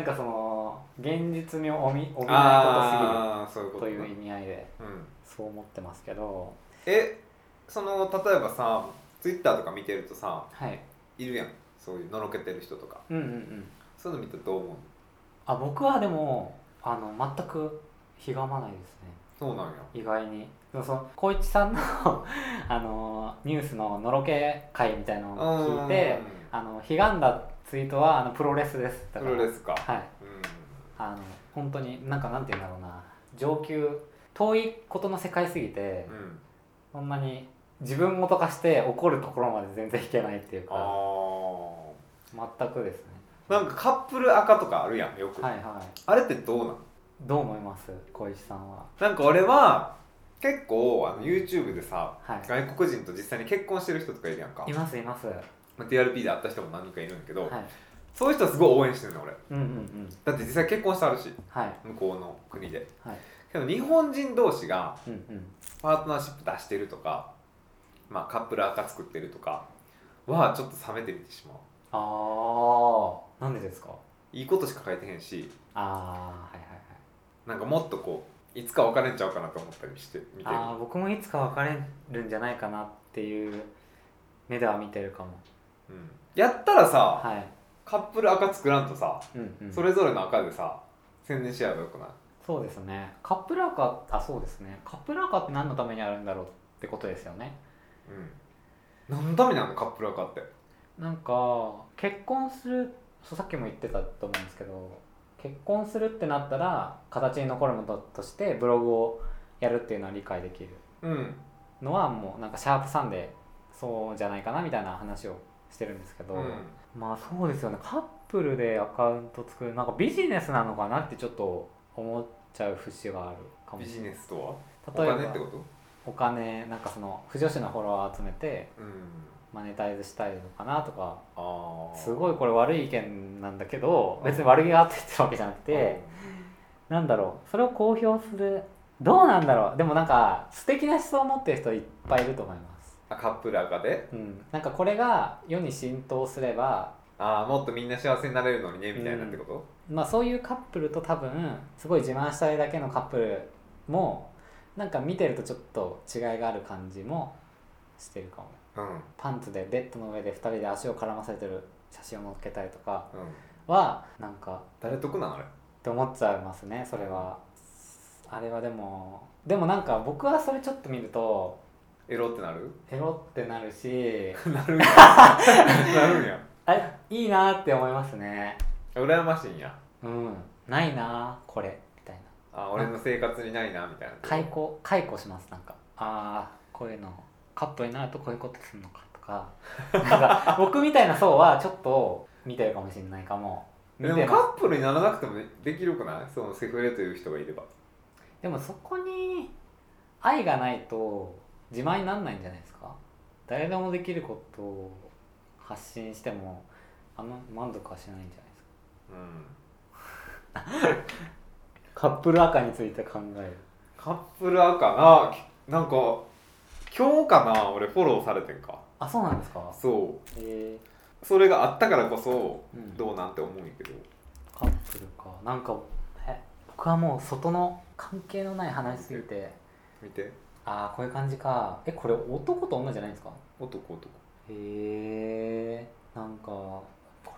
Speaker 1: かその現実味を帯び帯びない
Speaker 2: ああーそういう
Speaker 1: こと
Speaker 2: こ
Speaker 1: すぎ
Speaker 2: とね
Speaker 1: るという意味合いで
Speaker 2: うん、
Speaker 1: そう思ってますけど
Speaker 2: えその例えばさツイッターとか見てるとさ
Speaker 1: はい
Speaker 2: いるやんそういうのろけてる人とか
Speaker 1: うんうんうん
Speaker 2: そういうの見てどう思う
Speaker 1: あ僕はでもあの全くひがまないですね
Speaker 2: そうなんや
Speaker 1: 意外にでもその光一さんの あのニュースののろけ会みたいのを聞いてあのひがんだツイートはあのプロレスです
Speaker 2: う
Speaker 1: だ
Speaker 2: ん
Speaker 1: か
Speaker 2: プ
Speaker 1: ら
Speaker 2: ロレスか、
Speaker 1: はい
Speaker 2: うん
Speaker 1: あの本当になんかなんて言うんだろうな上級遠いことの世界すぎて、
Speaker 2: うん、
Speaker 1: そんなに自分ごと化して怒るところまで全然いけないっていうか
Speaker 2: あ
Speaker 1: 全くですね
Speaker 2: あなんかカップル赤とかあるやんよく、
Speaker 1: はいはい
Speaker 2: あれってどうなん
Speaker 1: どう思います小石さんは
Speaker 2: なんか俺は結構あの YouTube でさ
Speaker 1: はい
Speaker 2: 外国人と実際に結婚してる人とかいるやんか
Speaker 1: い、ますいますは
Speaker 2: まあ TRP で会った人も何人かいるんやけど、
Speaker 1: い
Speaker 2: そういう人はすごい応援してるの俺
Speaker 1: うんうんうん
Speaker 2: だって実際結婚してあるし
Speaker 1: はい
Speaker 2: 向こうの国で
Speaker 1: はい
Speaker 2: けど日本人同士が
Speaker 1: うんうん
Speaker 2: パートナーシップ出してるとか、まあ、カップル赤作ってるとかはちょっと冷めてみてしまう
Speaker 1: ああなんでですか
Speaker 2: いいことしか書いてへんし
Speaker 1: ああはいはいはい
Speaker 2: なんかもっとこういつか別れんちゃうかなと思ったりして見てる
Speaker 1: ああ僕もいつか別れるんじゃないかなっていう目では見てるかも
Speaker 2: うん、やったらさ、
Speaker 1: はい
Speaker 2: カップル赤作らんとさ
Speaker 1: うんうん
Speaker 2: それぞれの赤でさ宣伝し合えばよくない
Speaker 1: そうですねカップラーカーあそうですねカップラーカーって何のためにあるんだろうってことですよね
Speaker 2: うん何のためにあんのカップル赤って
Speaker 1: なんか結婚するそうさっきも言ってたと思うんですけど結婚するってなったら形に残るものとしてブログをやるっていうのは理解できる
Speaker 2: うん
Speaker 1: のはもうなんかシャープさんでそうじゃないかなみたいな話をしてるんですけど、
Speaker 2: うん
Speaker 1: まあそうですよねカップルでアカウント作るなんかビジネスなのかなってちょっと思っちゃう節があるかも
Speaker 2: ビ
Speaker 1: し
Speaker 2: ジ
Speaker 1: れない
Speaker 2: ネスとはお
Speaker 1: 例えばお
Speaker 2: 金
Speaker 1: 金
Speaker 2: ってこと
Speaker 1: なんかその不女子のフォロワー集めて
Speaker 2: うん
Speaker 1: マネタイズしたいのかなとか
Speaker 2: ああ
Speaker 1: す
Speaker 2: い
Speaker 1: ごいこれ悪い意見なんだけど
Speaker 2: うん
Speaker 1: 別に悪気があって言ってるわけじゃなくて、なんだろうそれを公表するどうなんだろうでもなんか素敵な思想を持ってる人いっぱいいると思います
Speaker 2: あカップル赤で
Speaker 1: うんなんかこれが世に浸透すれば
Speaker 2: ああもっとみんな幸せになれるのにねみたいなってこと、
Speaker 1: まあそういうカップルと多分すごい自慢したいだけのカップルもなんか見てるとちょっと違いがある感じもしてるかも
Speaker 2: うん
Speaker 1: パンツでベッドの上で2人で足を絡ませてる写真を載っけたりとか
Speaker 2: うん
Speaker 1: はなんか
Speaker 2: 誰得なんあれ
Speaker 1: って思っちゃいますねそれはあれはでもでもなんか僕はそれちょっと見ると
Speaker 2: エロってなる
Speaker 1: エロって なるし
Speaker 2: なるんやなるんや
Speaker 1: あれいいなって思いますね
Speaker 2: 羨ましいんや
Speaker 1: うんないなこれみたいな
Speaker 2: あ俺の生活にないなみたいな
Speaker 1: 解雇解雇しますなんかああこういうのカップルになるとこういうことするのかとかなんか僕みたいな層はちょっと見てるかもしれないかも見
Speaker 2: でも
Speaker 1: て
Speaker 2: カ
Speaker 1: ます
Speaker 2: ップルにならなくてもできるくないそのセフレという人がいれば
Speaker 1: でもそこに愛がないと自慢にならないんじゃないですか誰でもできることを発信してもあんま満足はしないんじゃないです
Speaker 2: うん
Speaker 1: かカップル赤について考える
Speaker 2: カップル赤なきなんか今日かな俺フォローされてんか
Speaker 1: あそうなんですか
Speaker 2: そ
Speaker 1: え
Speaker 2: うそれがあったからこそ
Speaker 1: ーうん
Speaker 2: どうなんて思うんやけど
Speaker 1: カップルかなんかえ僕はもう外の関係のない話すぎて
Speaker 2: 見て
Speaker 1: ああこういう感じかえこれ男と女じゃないんですか
Speaker 2: 男男
Speaker 1: へえんかこ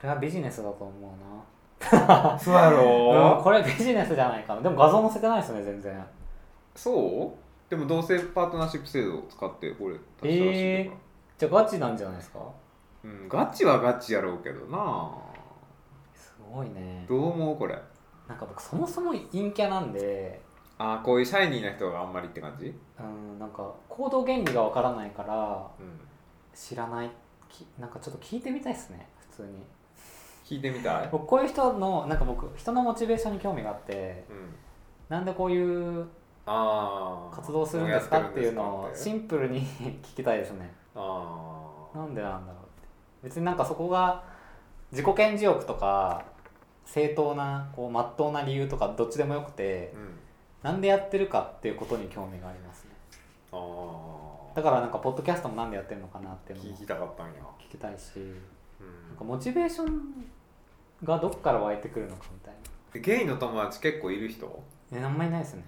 Speaker 1: れはビジネスだと思うな
Speaker 2: そうや
Speaker 1: うん
Speaker 2: ろ
Speaker 1: これビジネスじゃないかなでも画像載せてないですね全然
Speaker 2: そうでも同性パートナーシップ制度を使ってこれ出したらしいんだから、
Speaker 1: じゃあガチなんじゃないですか
Speaker 2: うん、ガチはガチやろうけどな
Speaker 1: すごいね
Speaker 2: どう思うこれ
Speaker 1: なんか僕そもそも陰キャなんで
Speaker 2: あーこういうシャイニーな人があんまりって感じ、
Speaker 1: うんなんか行動原理がわからないから
Speaker 2: うん、
Speaker 1: 知らないきなんかちょっと聞いてみたいですね普通に
Speaker 2: 聞いてみたい、
Speaker 1: 僕こういう人のなんか僕人のモチベーションに興味があって
Speaker 2: うん、
Speaker 1: なんでこういう
Speaker 2: ああ
Speaker 1: 活動するんですかっていうのをシ
Speaker 2: ン
Speaker 1: ンプルに 聞きたいですね
Speaker 2: ああ
Speaker 1: なんでなんだろうって別になんかそこが自己顕示欲とか正当なこう真っ当な理由とかどっちでもよくて
Speaker 2: うん
Speaker 1: なんでやってるかっていうことに興味がありますね
Speaker 2: あ
Speaker 1: だからなんかポッドキャストもなんでやってるのかなって
Speaker 2: あ
Speaker 1: いうの
Speaker 2: 聞
Speaker 1: も
Speaker 2: きたかったんや、
Speaker 1: 聞きたいし
Speaker 2: う
Speaker 1: なん
Speaker 2: ん
Speaker 1: かモチベーションがどっから湧いてくるのかみたい
Speaker 2: でゲイの友達結構いる人
Speaker 1: なねあんまりないですね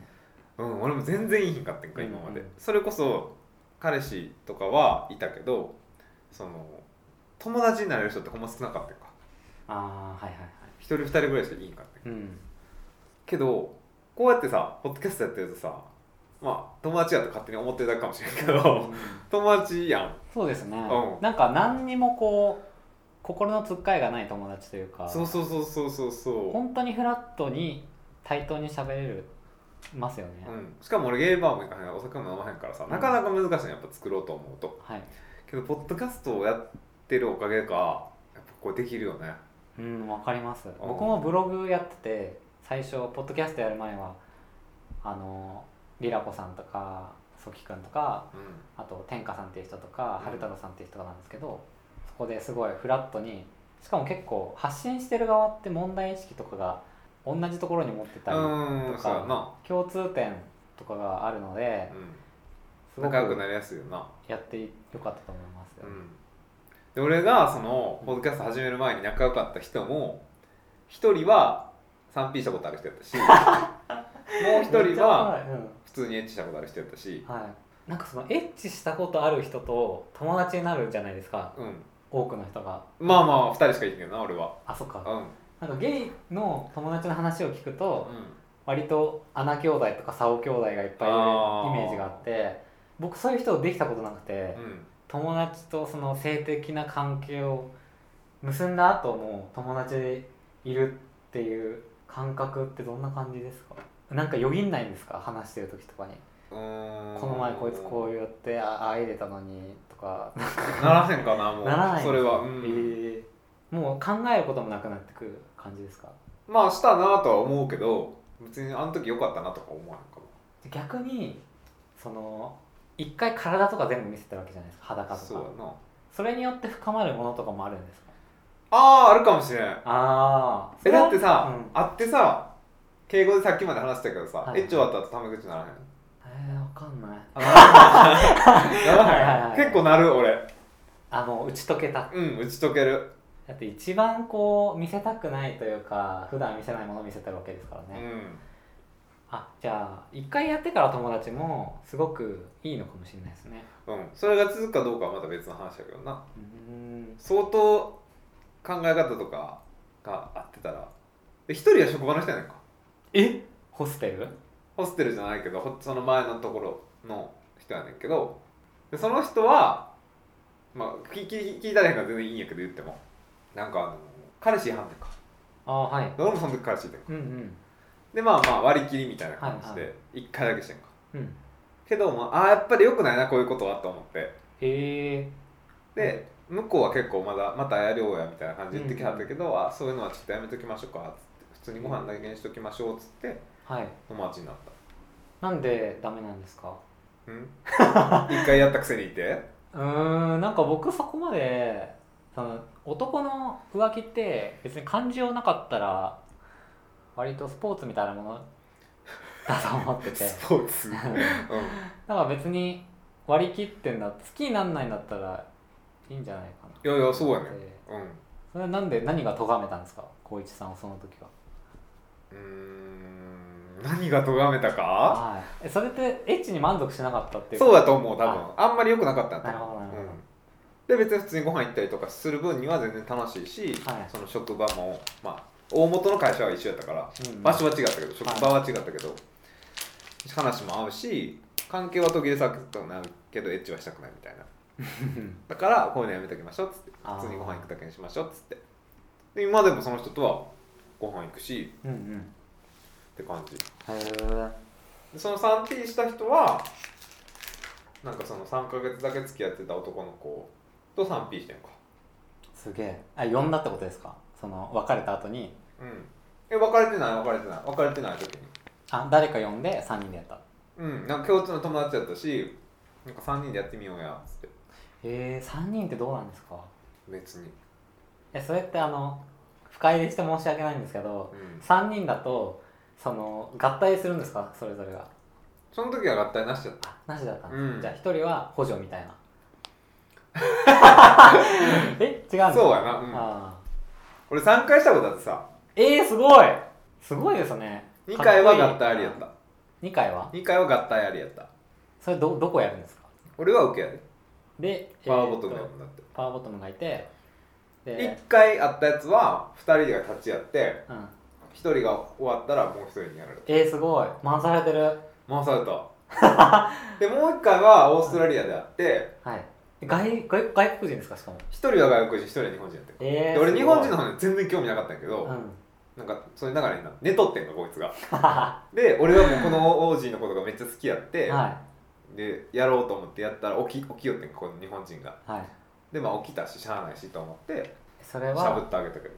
Speaker 2: うん俺も全然いいひんかってんか今まで、
Speaker 1: うんうん
Speaker 2: それこそ彼氏とかはいたけどその友達になれる人ってほんま少なかったんか
Speaker 1: ああはいはいはい
Speaker 2: 一人二人ぐらいしかいいんかってん
Speaker 1: うん
Speaker 2: けどこうやってさポッドキャストやってるとさまあ友達やと勝手に思ってるだけかもしれんけど友達やん
Speaker 1: そうですね、
Speaker 2: うん
Speaker 1: なんか何にもこう心のつっかえがない友達というか
Speaker 2: そうそうそうそうそうそう
Speaker 1: 本当にフラットに対等に喋れるますよね、
Speaker 2: うん、しかも俺ゲーバーも行かへんお酒も飲まへんからさ、
Speaker 1: うん
Speaker 2: なかなか難しいのやっぱ作ろうと思うと
Speaker 1: はい
Speaker 2: けどポッドキャストをやってるおかげかやっぱこうできるよね
Speaker 1: うんわかります僕もブログやってて最初ポッドキャストやる前はあのリラコさんとかソキくんとか
Speaker 2: う
Speaker 1: あと天下さんっていう人とか
Speaker 2: うん
Speaker 1: 春太郎さんっていう人がなんですけど、そこですごいフラットにしかも結構発信してる側って問題意識とかが同じところに持ってたり
Speaker 2: んう
Speaker 1: と
Speaker 2: んそうや
Speaker 1: か
Speaker 2: な、
Speaker 1: 共通点とかがあるので
Speaker 2: う
Speaker 1: す
Speaker 2: ん、
Speaker 1: ごく
Speaker 2: 仲良くなりやすいよな、
Speaker 1: やってよかったと思いますよ、
Speaker 2: うん、で俺がそのポッドキャスト始める前に仲良かった人も一人は 3P したことある人や ったしもう一人は
Speaker 1: めっちゃ怖いうん
Speaker 2: 普通にエッチしたことある人やったし
Speaker 1: はい、なんかそのエッチしたことある人と友達になるじゃないですか
Speaker 2: うん
Speaker 1: 多くの人が
Speaker 2: まあまあ2人しかいいけどな俺は
Speaker 1: あそっ
Speaker 2: う
Speaker 1: か
Speaker 2: ん
Speaker 1: なんかゲイの友達の話を聞くと
Speaker 2: うん
Speaker 1: 割と穴兄弟とか竿兄弟がいっぱいい
Speaker 2: あー
Speaker 1: るイメージがあって僕そういう人できたことなくて
Speaker 2: うん
Speaker 1: 友達とその性的な関係を結んだ後も友達でいるっていう感覚ってどんな感じですかなんかよぎんないんですか話してる時とかに
Speaker 2: うーん
Speaker 1: この前こいつこうやってああ入れたのにとか
Speaker 2: ならへんかなもう
Speaker 1: ならないんですか
Speaker 2: それは、うん
Speaker 1: ええもう考えることもなくなってくる感じですか
Speaker 2: まあしたなとは思うけど別にあの時良かったなとか思わへんかも
Speaker 1: 逆にその一回体とか全部見せてるわけじゃないですか裸とか
Speaker 2: そうやな
Speaker 1: それによって深まるものとかもあるんですか
Speaker 2: あーあるかもしれん
Speaker 1: ああ
Speaker 2: えだってさ、
Speaker 1: うん
Speaker 2: 会ってさ敬語でさっきまで話してたけどさ、
Speaker 1: はい
Speaker 2: エッチ終わった後タメ口ならへん
Speaker 1: えー、わかんない
Speaker 2: あ ならへんな
Speaker 1: はいはい
Speaker 2: らへ
Speaker 1: は
Speaker 2: ん
Speaker 1: い
Speaker 2: 結構なる俺
Speaker 1: あもう打ち解けた
Speaker 2: うん打ち解ける、
Speaker 1: だって一番こう見せたくないというか普段見せないものを見せてるわけですから
Speaker 2: う
Speaker 1: ね、
Speaker 2: ん
Speaker 1: あじゃあ一回やってから友達もすごくいいのかもしれないですね
Speaker 2: うん、それが続くかどうかはまた別の話だけどな
Speaker 1: うーん
Speaker 2: 相当考え方とかが合ってたらで一人は職場の人やねんか
Speaker 1: えホステル
Speaker 2: ホステルじゃないけどほその前のところの人やねんけどでその人はまあ聞聞聞いたらへんから全然いいんやけど言ってもなんかあの彼氏はんねんか
Speaker 1: ああはい
Speaker 2: 俺もその時彼氏いてんか
Speaker 1: うんうん
Speaker 2: でまあまあ割り切りみたいな感じ
Speaker 1: はい
Speaker 2: で一回だけしてんか、
Speaker 1: うん
Speaker 2: けど、まああーやっぱり良くないなこういうことはと思って
Speaker 1: へえ
Speaker 2: で、向こうは結構まだまたやりようやみたいな感じで言ってきはったけど、あそういうのはちょっとやめときましょうかっつって普通にご飯だけにしときましょうっつって
Speaker 1: はい
Speaker 2: 友達になっ
Speaker 1: なんでダメなんですか
Speaker 2: たうん 一回やったくせにいて
Speaker 1: うーんなんか僕そこまでその男の浮気って別に感情なかったら割とスポーツみたいなものだと思って て
Speaker 2: スポーツうん
Speaker 1: だから別に割り切ってんだ好きになんないんだったらいいんじゃないかない
Speaker 2: いやいやそうやねうん
Speaker 1: それなんで何が咎めたんですか光一さんをその時は
Speaker 2: うーん何が咎めたか
Speaker 1: はいえそれってエッチに満足しなかったっていう
Speaker 2: そう
Speaker 1: だ
Speaker 2: だと思う多分あんまり良くなかったんだ
Speaker 1: なるほどなるほど
Speaker 2: うん、で別に普通にご飯行ったりとかする分には全然楽しいし、
Speaker 1: はい
Speaker 2: その職場もまあ大元の会社は一緒やったから
Speaker 1: うん
Speaker 2: 場所は違ったけど職場は違ったけど、話も合うし関係は途切れさくなるけどエッチはしたくないみたいなだからこういうのやめときましょうっつって
Speaker 1: あー
Speaker 2: 普通にご飯行くだけにしましょうっつってで今でもその人とはご飯行くし
Speaker 1: うんうん
Speaker 2: って感じ
Speaker 1: へえ
Speaker 2: でその 3P した人はなんかその3ヶ月だけ付き合ってた男の子と 3P してんか
Speaker 1: すげえあ呼んだってことですかその別れた後に
Speaker 2: うんえ別れてない別れてない別れてない時に
Speaker 1: あ誰か呼んで3人でやったへ
Speaker 2: うんなんか共通の友達だったしなんか3人でやってみようやっつって
Speaker 1: え3人ってどうなんですか
Speaker 2: 別に
Speaker 1: えそれってあの不快でして申し訳ないんですけど
Speaker 2: うん
Speaker 1: 3人だとその合体するんですかそれぞれが
Speaker 2: その時は合体なしだった
Speaker 1: あなしだったんですね、
Speaker 2: うん
Speaker 1: じゃあ1人は補助みた いなえ違うんだ
Speaker 2: そうやな、うん、
Speaker 1: あー
Speaker 2: 俺3回したことあってさ
Speaker 1: えー、すごいすごいですね
Speaker 2: 2回は
Speaker 1: かっこいい
Speaker 2: 合体ありやった
Speaker 1: 2回は
Speaker 2: 2回は合体ありやった
Speaker 1: それどどこやるんですか
Speaker 2: 俺は受けやで
Speaker 1: で
Speaker 2: パワーボトムや
Speaker 1: えー
Speaker 2: も
Speaker 1: と
Speaker 2: んだって、
Speaker 1: パワーボトムがいて
Speaker 2: 一
Speaker 1: で
Speaker 2: 1回会ったやつは2人が立ち会って
Speaker 1: うん
Speaker 2: 1人が終わったらもう1人にやられた
Speaker 1: えー、すごい回されてる
Speaker 2: 回された でもう1回はオーストラリアであって
Speaker 1: はい外外外国人ですかしかも
Speaker 2: 1人は外国人1人は日本人やってる
Speaker 1: え
Speaker 2: で
Speaker 1: ー、
Speaker 2: 俺
Speaker 1: すごい
Speaker 2: 日本人の方に全然興味なかったんやけ
Speaker 1: う
Speaker 2: ど、
Speaker 1: ん
Speaker 2: なんかそういう流れになって寝とってんのこいつがで俺はもうこのオージーのことがめっちゃ好きやって、
Speaker 1: は
Speaker 2: でやろうと思ってやったら起き起きよってんこの日本人が
Speaker 1: いはい
Speaker 2: でまあ起きたししゃあないしと思って
Speaker 1: それ
Speaker 2: しゃぶ
Speaker 1: は
Speaker 2: ってあげたけど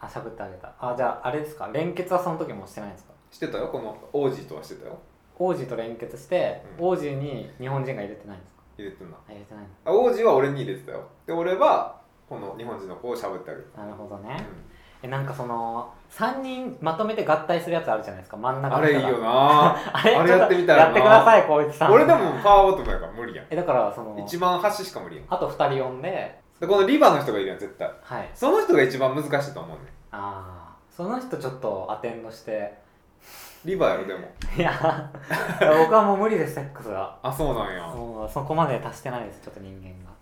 Speaker 1: あしゃぶってあげたあじゃああれですか連結はその時もしてないんですか
Speaker 2: してたよこの王子とはしてたよ
Speaker 1: 王子と連結して、
Speaker 2: うん
Speaker 1: 王子に日本人が入れてないんですか
Speaker 2: 入れてんな
Speaker 1: あ入れてないの
Speaker 2: あ王子は俺に入れてたよで俺はこの日本人の子をしゃぶってあげた、
Speaker 1: なるほど
Speaker 2: う
Speaker 1: ね
Speaker 2: ん
Speaker 1: えなんかその3人まとめて合体するやつあるじゃないですか真ん中
Speaker 2: あ
Speaker 1: の人
Speaker 2: れい
Speaker 1: が
Speaker 2: いよ な
Speaker 1: あれ
Speaker 2: あれやってみたいな
Speaker 1: やってください光一さん
Speaker 2: 俺でもパワーボトムやから無理やん
Speaker 1: えだからその
Speaker 2: 一番端しか無理やん
Speaker 1: あと2人呼んで
Speaker 2: でこのリバーの人がいるやん絶対
Speaker 1: はい
Speaker 2: その人が一番難しいと思うね
Speaker 1: あ
Speaker 2: ん
Speaker 1: あその人ちょっとアテンドして
Speaker 2: リバーやろでも
Speaker 1: いや僕はもう無理ですセックスは
Speaker 2: あそうなんや、
Speaker 1: もうそこまで達してないですちょっと人間が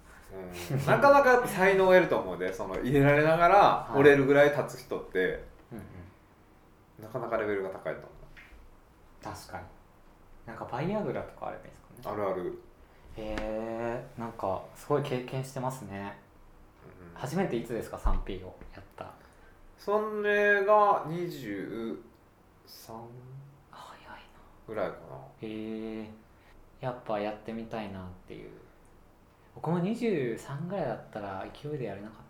Speaker 2: うん、なかなかやっぱ才能を得ると思うでその入れられながら
Speaker 1: はい
Speaker 2: 折れるぐらい立つ人って
Speaker 1: うんうん
Speaker 2: なかなかレベルが高いと思
Speaker 1: 確かになんかバイアグラとかあればいいですかね
Speaker 2: うあるある、
Speaker 1: へえー、なんかすごい経験してますね
Speaker 2: うん
Speaker 1: 初めていつですか 3P をやった
Speaker 2: それが23
Speaker 1: 早いな
Speaker 2: ぐらいか
Speaker 1: へえやっぱやってみたいなっていう僕も23ぐらいだったら勢いでやれなかっ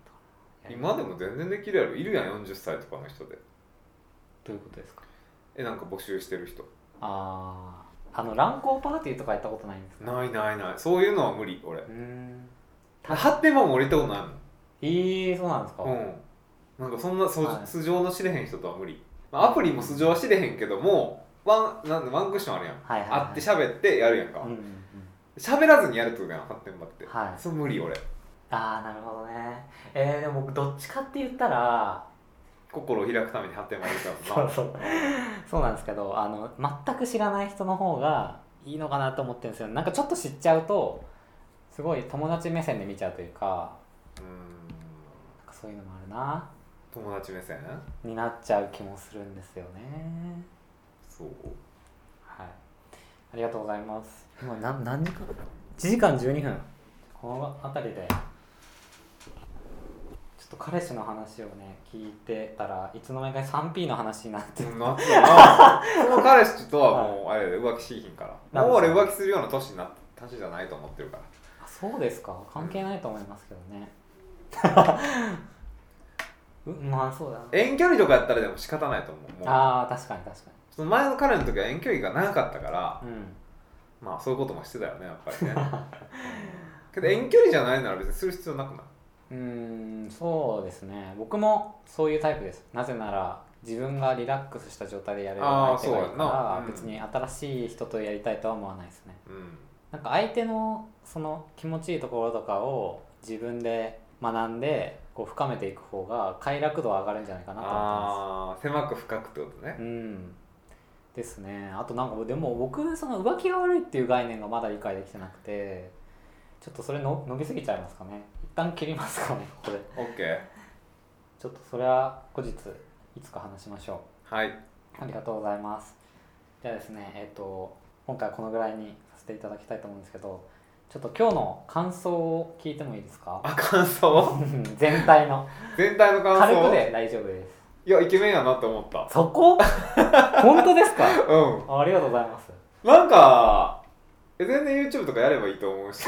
Speaker 1: たか
Speaker 2: な
Speaker 1: な
Speaker 2: 今でも全然できるやろいるやん40歳とかの人で
Speaker 1: どういうことですか
Speaker 2: えなんか募集してる人
Speaker 1: あああの乱交パーティーとかやったことないんですか
Speaker 2: ないないないそういうのは無理俺
Speaker 1: うーん
Speaker 2: 発展場も俺行ったことない
Speaker 1: ええそうなんですか、
Speaker 2: もんうんなんかそんなそ、
Speaker 1: はい
Speaker 2: 素性の知れへん人とは無理、まあ、アプリも素性は知れへんけどもワンなんでワンクッションあるやん
Speaker 1: はいはい、はい、
Speaker 2: 会って喋ってやるやんか、
Speaker 1: うんうんうん、
Speaker 2: 喋らずにやるってことやん発展場って、
Speaker 1: はい
Speaker 2: そう無理俺
Speaker 1: ああなるほどねえー、でも僕どっちかって言ったら
Speaker 2: 心を開くために発展までした
Speaker 1: そうそうそうなんですけどあの全く知らない人の方がいいのかなと思ってるんですよなんかちょっと知っちゃうとすごい友達目線で見ちゃうというか
Speaker 2: うん
Speaker 1: なんかそういうのもあるな
Speaker 2: 友達目線
Speaker 1: になっちゃう気もするんですよね
Speaker 2: そう
Speaker 1: はいありがとうございます今何何時間 ?1 時間12分この辺りでちょっと彼氏の話をね聞いてたらいつの間にか 3P の話になって
Speaker 2: なったなその彼氏とはもうあれだよ浮気しいひんから
Speaker 1: なん
Speaker 2: もう
Speaker 1: です
Speaker 2: 俺
Speaker 1: か
Speaker 2: 浮気するような年になった年じゃないと思ってるから
Speaker 1: あそうですか関係ないと思いますけど ねうまあそうだな
Speaker 2: 遠距離とかやったらでも仕方ないと思うもう
Speaker 1: ああ確かに確か
Speaker 2: その前の彼の時は遠距離が長かったから
Speaker 1: にうん
Speaker 2: まあそういうこともしてたよねやっぱ りねけど遠距離じゃないなら別にする必要なくないう
Speaker 1: ーんそうですね僕もそういうタイプですなぜなら自分がリラックスした状態でやれる
Speaker 2: あー
Speaker 1: 相手がいる
Speaker 2: そう
Speaker 1: か
Speaker 2: やな
Speaker 1: ら、
Speaker 2: うん
Speaker 1: 別に新しい人とやりたいとは思わないですね
Speaker 2: うん
Speaker 1: なんか相手のその気持ちいいところとかを自分で学んでこう深めていく方が快楽度は上がるんじゃないかなと思ってます
Speaker 2: ああー狭く深くってことね
Speaker 1: うんですねあとなんかでも僕その浮気が悪いっていう概念がまだ理解できてなくてちょっとそれの伸びすぎちゃいますかね一旦切りますかねこれ
Speaker 2: OK
Speaker 1: ちょっとそれは後日いつか話しましょ
Speaker 2: はい、
Speaker 1: うありがとうございますじゃあですねえっ、と今回はこのぐらいにさせていただきたいと思うんですけどちょっと今日の感想を聞いてもいいですか
Speaker 2: あ感想
Speaker 1: 全体の
Speaker 2: 全体の感
Speaker 1: 軽
Speaker 2: 想
Speaker 1: くで大丈夫です
Speaker 2: いやイケメンやなって思った
Speaker 1: そこ 本当ですか
Speaker 2: うん
Speaker 1: あありがとうございます
Speaker 2: なんかえ全然 YouTube とかやればいいと思うし、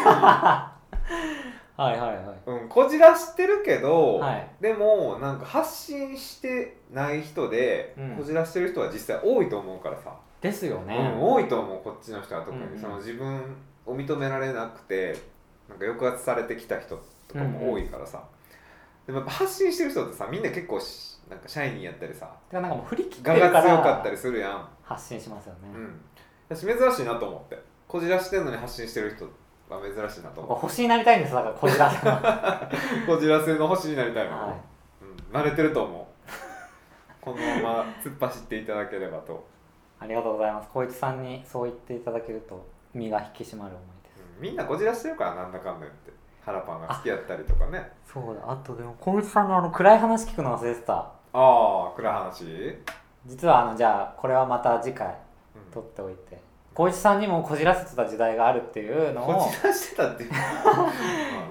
Speaker 1: はいはいはい
Speaker 2: うん、こじらしてるけど、
Speaker 1: はい
Speaker 2: でもなんか発信してない人で、
Speaker 1: うん
Speaker 2: こじらしてる人は実際多いと思うからさ、
Speaker 1: ですよね、
Speaker 2: うん、多いと思うこっちの人は特に、
Speaker 1: うんうん
Speaker 2: その自分を認められなくてなんか抑圧されてきた人とかも多いからさ、でもやっぱ発信してる人ってさみんな結構しなんかシャイニーやったりさ
Speaker 1: てかなんかもう振り切って
Speaker 2: 我
Speaker 1: るか
Speaker 2: が強からったりするやん、
Speaker 1: 発信しますよね、
Speaker 2: うん、私珍しいなと思ってこじらしてんのに発信してる人は珍しいなと思って
Speaker 1: 星になりたいんですだからこじらせ は
Speaker 2: こじらせの星になりたいもん、
Speaker 1: い
Speaker 2: うん、慣れてると思うこのまま突っ走っていただければと、
Speaker 1: ありがとうございます光一さんにそう言っていただけると身が引き締まる思いで
Speaker 2: うんみんなこじらしてるからなんだかんだ言って腹パンが好きやったりとかね
Speaker 1: すそうだあとでも光一さんのあの暗い話聞くの忘れてた
Speaker 2: ああ暗い話、
Speaker 1: 実はあのじゃあこれはまた次回
Speaker 2: うん
Speaker 1: 撮っておいて光一さんにもこじらせてた時代があるっていうの
Speaker 2: こ
Speaker 1: を
Speaker 2: じらしてた っていうまあ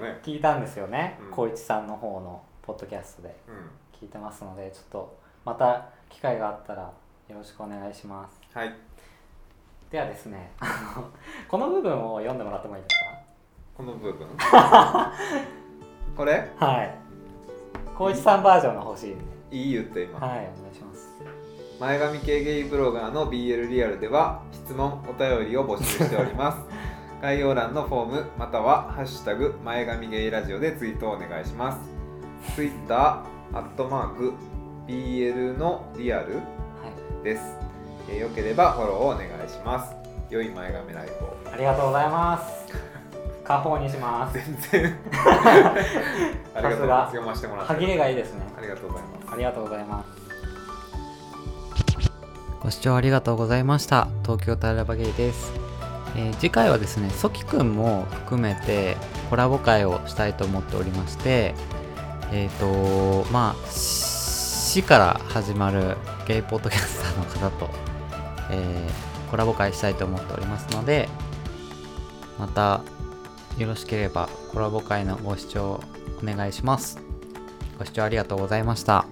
Speaker 2: ね
Speaker 1: 聞いたんですよね
Speaker 2: うん
Speaker 1: 光一さんの方のポッドキャストで
Speaker 2: うん
Speaker 1: 聞いてますのでちょっとまた機会があったらよろしくお願いします
Speaker 2: はい
Speaker 1: ではですねあのこの部分を読んでもらってもいいです
Speaker 2: こ の部分これ
Speaker 1: かはい光一さんバージョンが欲しいんで
Speaker 2: いい言って
Speaker 1: はい
Speaker 2: 今、
Speaker 1: お願いします
Speaker 2: 前髪系ゲイブロガーの BL リアルでは質問お便りを募集しております 概要欄のフォームまたは「ハッシュタグ前髪ゲイラジオ」でツイートをお願いします Twitter アットマーク BL のリアル
Speaker 1: は
Speaker 2: です、えーよければフォローをお願いします良い前髪ライフを
Speaker 1: いありがとうございます下方にします
Speaker 2: 全然ありがとうございます読ませてもらって
Speaker 1: 歯切れがいいですね
Speaker 2: ありがとうございます
Speaker 1: ありがとうございますご視聴ありがとうございました東京タラバゲイです、えー次回はですねソキくんも含めてコラボ会をしたいと思っておりましてえっ、とまあ「し」から始まるゲイポッドキャスターの方と、えーコラボ会したいと思っておりますのでまたよろしければコラボ会のご視聴お願いしますご視聴ありがとうございました。